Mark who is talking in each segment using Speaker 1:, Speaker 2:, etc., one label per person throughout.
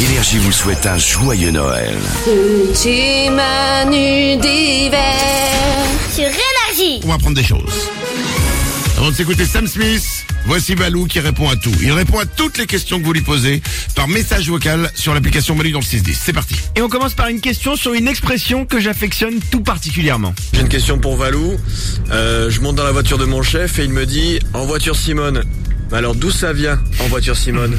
Speaker 1: Énergie vous souhaite un joyeux Noël.
Speaker 2: Petit Manu d'hiver.
Speaker 3: sur Énergie.
Speaker 4: on va apprendre des choses. Avant de s'écouter Sam Smith, voici Balou qui répond à tout. Il répond à toutes les questions que vous lui posez par message vocal sur l'application Manu dans le 610. C'est parti.
Speaker 5: Et on commence par une question sur une expression que j'affectionne tout particulièrement.
Speaker 6: J'ai une question pour Valou. Euh, je monte dans la voiture de mon chef et il me dit en voiture Simone. Alors d'où ça vient en voiture Simone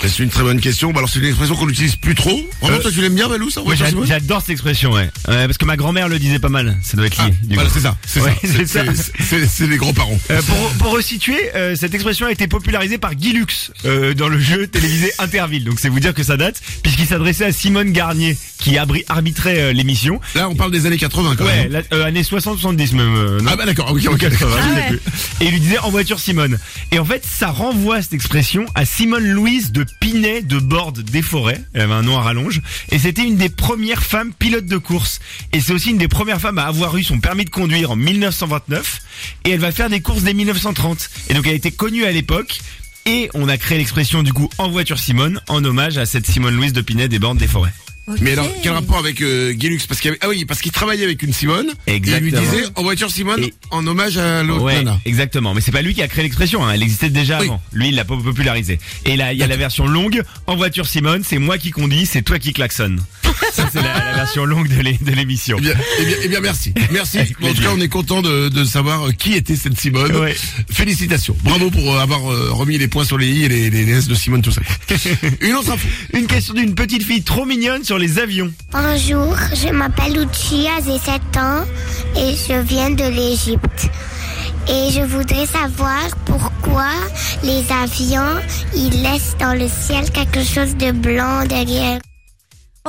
Speaker 4: C'est une très bonne question. Bah alors c'est une expression qu'on n'utilise plus trop. Vraiment,
Speaker 5: Euh,
Speaker 4: toi tu l'aimes bien Balou ça
Speaker 5: Ouais,
Speaker 4: Ouais,
Speaker 5: j'a-
Speaker 4: Simone
Speaker 5: j'adore cette expression, ouais. Ouais, Parce que ma grand-mère le disait pas mal. Ça doit être
Speaker 4: Ah,
Speaker 5: lié. du
Speaker 4: voilà,
Speaker 5: coup.
Speaker 4: c'est ça. C'est
Speaker 5: Ouais,
Speaker 4: ça.
Speaker 5: c'est
Speaker 4: C'est-
Speaker 5: ça.
Speaker 4: c'est- C'est c'est les grands-parents.
Speaker 5: Euh, pour, pour resituer, euh, cette expression a été popularisée par Guy Lux euh, dans le jeu télévisé Interville. Donc c'est vous dire que ça date, puisqu'il s'adressait à Simone Garnier, qui abri- arbitrait euh, l'émission.
Speaker 4: Là, on parle des années 80 quand
Speaker 5: Ouais,
Speaker 4: même. hein.
Speaker 5: la- euh, années 60-70 même. euh, non
Speaker 4: Ah bah d'accord, ok,
Speaker 5: Ou
Speaker 4: ok.
Speaker 5: 80, je sais plus. Et il lui disait en voiture Simone. Et en fait, ça renvoie cette expression à Simone Louise de Pinet de Borde des Forêts. Elle avait un nom à rallonge. Et c'était une des premières femmes pilotes de course. Et c'est aussi une des premières femmes à avoir eu son permis de conduire en 1929. Et elle va faire des courses dès 1930. Et donc elle était connue à l'époque. Et on a créé l'expression du coup en voiture Simone en hommage à cette Simone Louise de Pinet des Bordes des Forêts.
Speaker 4: Mais alors, quel rapport avec euh, Guy Lux Parce qu'il y avait- ah oui, parce qu'il travaillait avec une Simone. Et il lui
Speaker 5: Exactement.
Speaker 4: disait en voiture Simone
Speaker 5: Et-
Speaker 4: en hommage à l'autre
Speaker 5: Ouais,
Speaker 4: nana.
Speaker 5: exactement. Mais c'est pas lui qui a créé l'expression, hein. elle existait déjà
Speaker 4: Oui.
Speaker 5: avant. Lui, il l'a pop- popularisée. Et là, il y a la version longue, en voiture Simone, c'est moi qui conduis, c'est toi qui klaxonne. Ça, c'est la, la version longue de l'é- de l'émission.
Speaker 4: Eh bien, eh bien, eh bien, merci. Merci. Bon, en tout
Speaker 5: plaisir.
Speaker 4: cas, on est content de, de savoir euh, qui était cette Simone.
Speaker 5: Ouais.
Speaker 4: Félicitations. Bravo pour euh, avoir euh, remis les points sur les i et les, les, les s de Simone, tout ça. Une autre info.
Speaker 5: Une question d'une petite fille trop mignonne sur les avions.
Speaker 3: Bonjour, je m'appelle Lucia, j'ai 7 ans et je viens de l'Égypte. Et je voudrais savoir pourquoi les avions, ils laissent dans le ciel quelque chose de blanc derrière.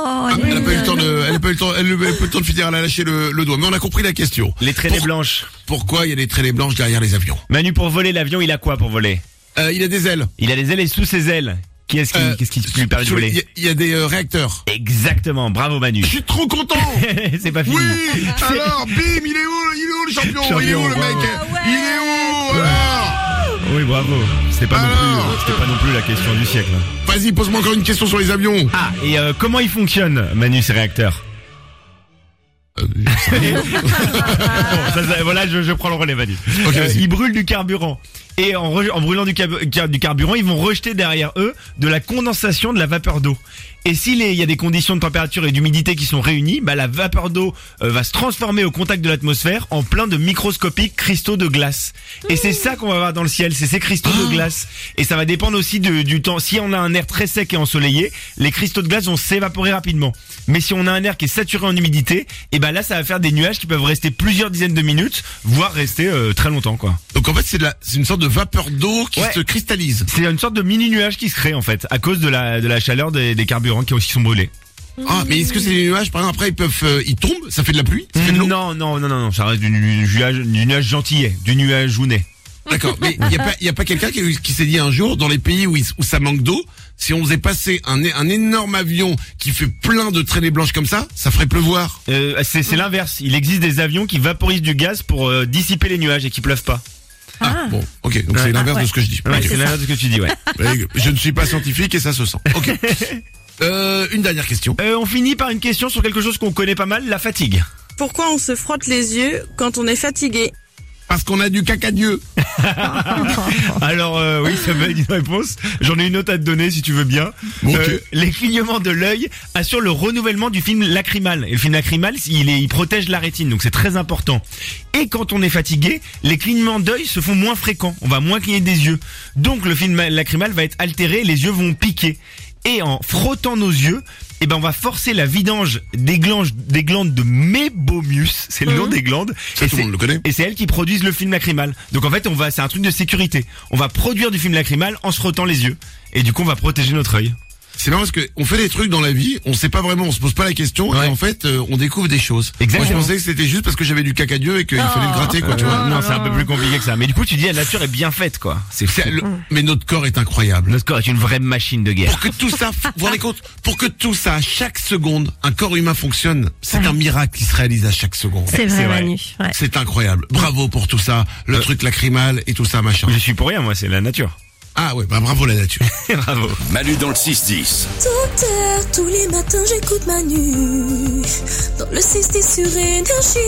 Speaker 2: Oh,
Speaker 4: Ah, elle n'a pas eu le temps de, elle a pas eu le temps, elle a pas eu le temps de finir, elle a lâché le, le doigt. Mais on a compris la question.
Speaker 5: Les traînées
Speaker 4: Pour-
Speaker 5: blanches.
Speaker 4: Pourquoi il y a des traînées blanches derrière les avions?
Speaker 5: Manu, pour voler l'avion, il a quoi pour voler
Speaker 4: Euh, il y a des ailes.
Speaker 5: Il a les ailes et sous ses ailes. Qui est-ce qui,
Speaker 4: Euh,
Speaker 5: qu'est-ce qui lui permet de
Speaker 4: sur les- Il y,
Speaker 5: voler
Speaker 4: a- il y a des euh, réacteurs.
Speaker 5: Exactement, bravo Manu.
Speaker 4: Je suis trop content!
Speaker 5: c'est pas fini.
Speaker 4: Oui! Alors, bim, il est où, il est où le champion? il est où
Speaker 5: Champion,
Speaker 4: le mec?
Speaker 5: bravo.
Speaker 4: Il est où? Alors?
Speaker 5: Oui, bravo. C'était pas, non
Speaker 4: Alors
Speaker 5: plus- c'était pas non plus la question du siècle.
Speaker 4: Vas-y, pose-moi encore une question sur les avions.
Speaker 5: Ah, et euh, comment ils fonctionnent, Manu, ces réacteurs Bon, ça, ça, voilà, je, je prends le relais, Manu.
Speaker 4: Ok, vas-y.
Speaker 5: ils brûlent du carburant. Et en, re- en brûlant du, cab- car- du carburant, ils vont rejeter derrière eux de la condensation de la vapeur d'eau. Et s'il y a des conditions de température et d'humidité qui sont réunies, bah, la vapeur d'eau euh, va se transformer au contact de l'atmosphère en plein de microscopiques cristaux de glace. Et c'est ça qu'on va voir dans le ciel, c'est ces cristaux de glace. Et ça va dépendre aussi de- du temps. Si on a un air très sec et ensoleillé, les cristaux de glace vont s'évaporer rapidement. Mais si on a un air qui est saturé en humidité, et ben là, ça va faire des nuages qui peuvent rester plusieurs dizaines de minutes, voire rester euh, très longtemps, quoi.
Speaker 4: Donc en fait, c'est de la- c'est une sorte de vapeur d'eau qui
Speaker 5: Ouais.
Speaker 4: se cristallise.
Speaker 5: C'est une sorte de mini nuage qui se crée en fait à cause de la de la chaleur des, des carburants qui aussi sont brûlés.
Speaker 4: Ah, mais est-ce que c'est des nuages Par exemple, après, ils peuvent, euh, ils tombent, ça fait de la pluie, ça fait de l'eau.
Speaker 5: Non, non, non, non, non, ça reste du, nu- du nuage, du nuage gentillet, du nuage jaunet.
Speaker 4: D'accord. Mais il y a pas, y a pas quelqu'un qui, a eu- qui s'est dit un jour dans les pays où, il- où ça manque d'eau, si on faisait passer un, é- un énorme avion qui fait plein de traînées blanches comme ça, ça ferait pleuvoir.
Speaker 5: Euh, c'est c'est l'inverse. Il existe des avions qui vaporisent du gaz pour euh, dissiper les nuages et qui pleuvent pas.
Speaker 4: Ah, bon, ok. Donc c'est
Speaker 5: Ouais.
Speaker 4: l'inverse de ce que je dis.
Speaker 5: Ouais,
Speaker 4: Ok.
Speaker 5: c'est l'inverse de ce que tu dis, ouais.
Speaker 4: Ouais, Je ne suis pas scientifique et ça se sent. Ok. Euh, une dernière question.
Speaker 5: Euh, on finit par une question sur quelque chose qu'on connaît pas mal, la fatigue.
Speaker 7: Pourquoi on se frotte les yeux quand on est fatigué
Speaker 4: Parce qu'on a du caca Dieu.
Speaker 5: Alors euh, oui, ça va être une réponse. J'en ai une autre à te donner si tu veux bien. Euh,
Speaker 4: Ok.
Speaker 5: les clignements de l'œil assurent le renouvellement du film lacrymal. Et le film lacrymal, il, est- il protège la rétine, donc c'est très important. Et quand on est fatigué, les clignements d'œil se font moins fréquents. On va moins cligner des yeux. Donc le film lacrymal va être altéré, et les yeux vont piquer. Et en frottant nos yeux, eh ben on va forcer la vidange des glandes, des glandes de mébomius, c'est le nom des glandes.
Speaker 4: Ça,
Speaker 5: Et
Speaker 4: tout le
Speaker 5: c'est-
Speaker 4: monde le connaît.
Speaker 5: et c'est elles qui produisent le film lacrymal. Donc en fait, on va, c'est un truc de sécurité. On va produire du film lacrymal en se frottant les yeux. Et du coup, on va protéger notre œil.
Speaker 4: C'est marrant parce que on fait des trucs dans la vie, on sait pas vraiment, on se pose pas la question,
Speaker 5: Ouais.
Speaker 4: et en fait, euh, on découvre des choses.
Speaker 5: Exactement. Euh,
Speaker 4: Moi, je pensais que c'était juste parce que j'avais du caca Dieu et qu'il fallait le gratter, quoi, tu vois.
Speaker 5: non, c'est un peu plus compliqué que ça. Mais du coup, tu dis la nature est bien faite, quoi. C'est fou.
Speaker 4: C'est le- Mais notre corps est incroyable.
Speaker 5: Notre corps est une vraie machine de guerre.
Speaker 4: Pour que tout ça, vous vous rendez compte, pour que tout ça, à chaque seconde, un corps humain fonctionne, c'est un miracle qui se réalise à chaque seconde.
Speaker 8: C'est
Speaker 5: C'est
Speaker 8: vrai,
Speaker 5: vrai.
Speaker 8: Manu. Ouais.
Speaker 5: Euh.
Speaker 4: C'est incroyable. Bravo pour tout ça, le truc lacrymal et tout ça, machin.
Speaker 5: Je suis pour rien, moi. C'est la nature.
Speaker 4: Ah ouais, bah bravo la nature.
Speaker 5: Bravo.
Speaker 1: Manu dans le 6-10.
Speaker 8: Toute heure, tous les matins j'écoute Manu dans le 6 sur énergie.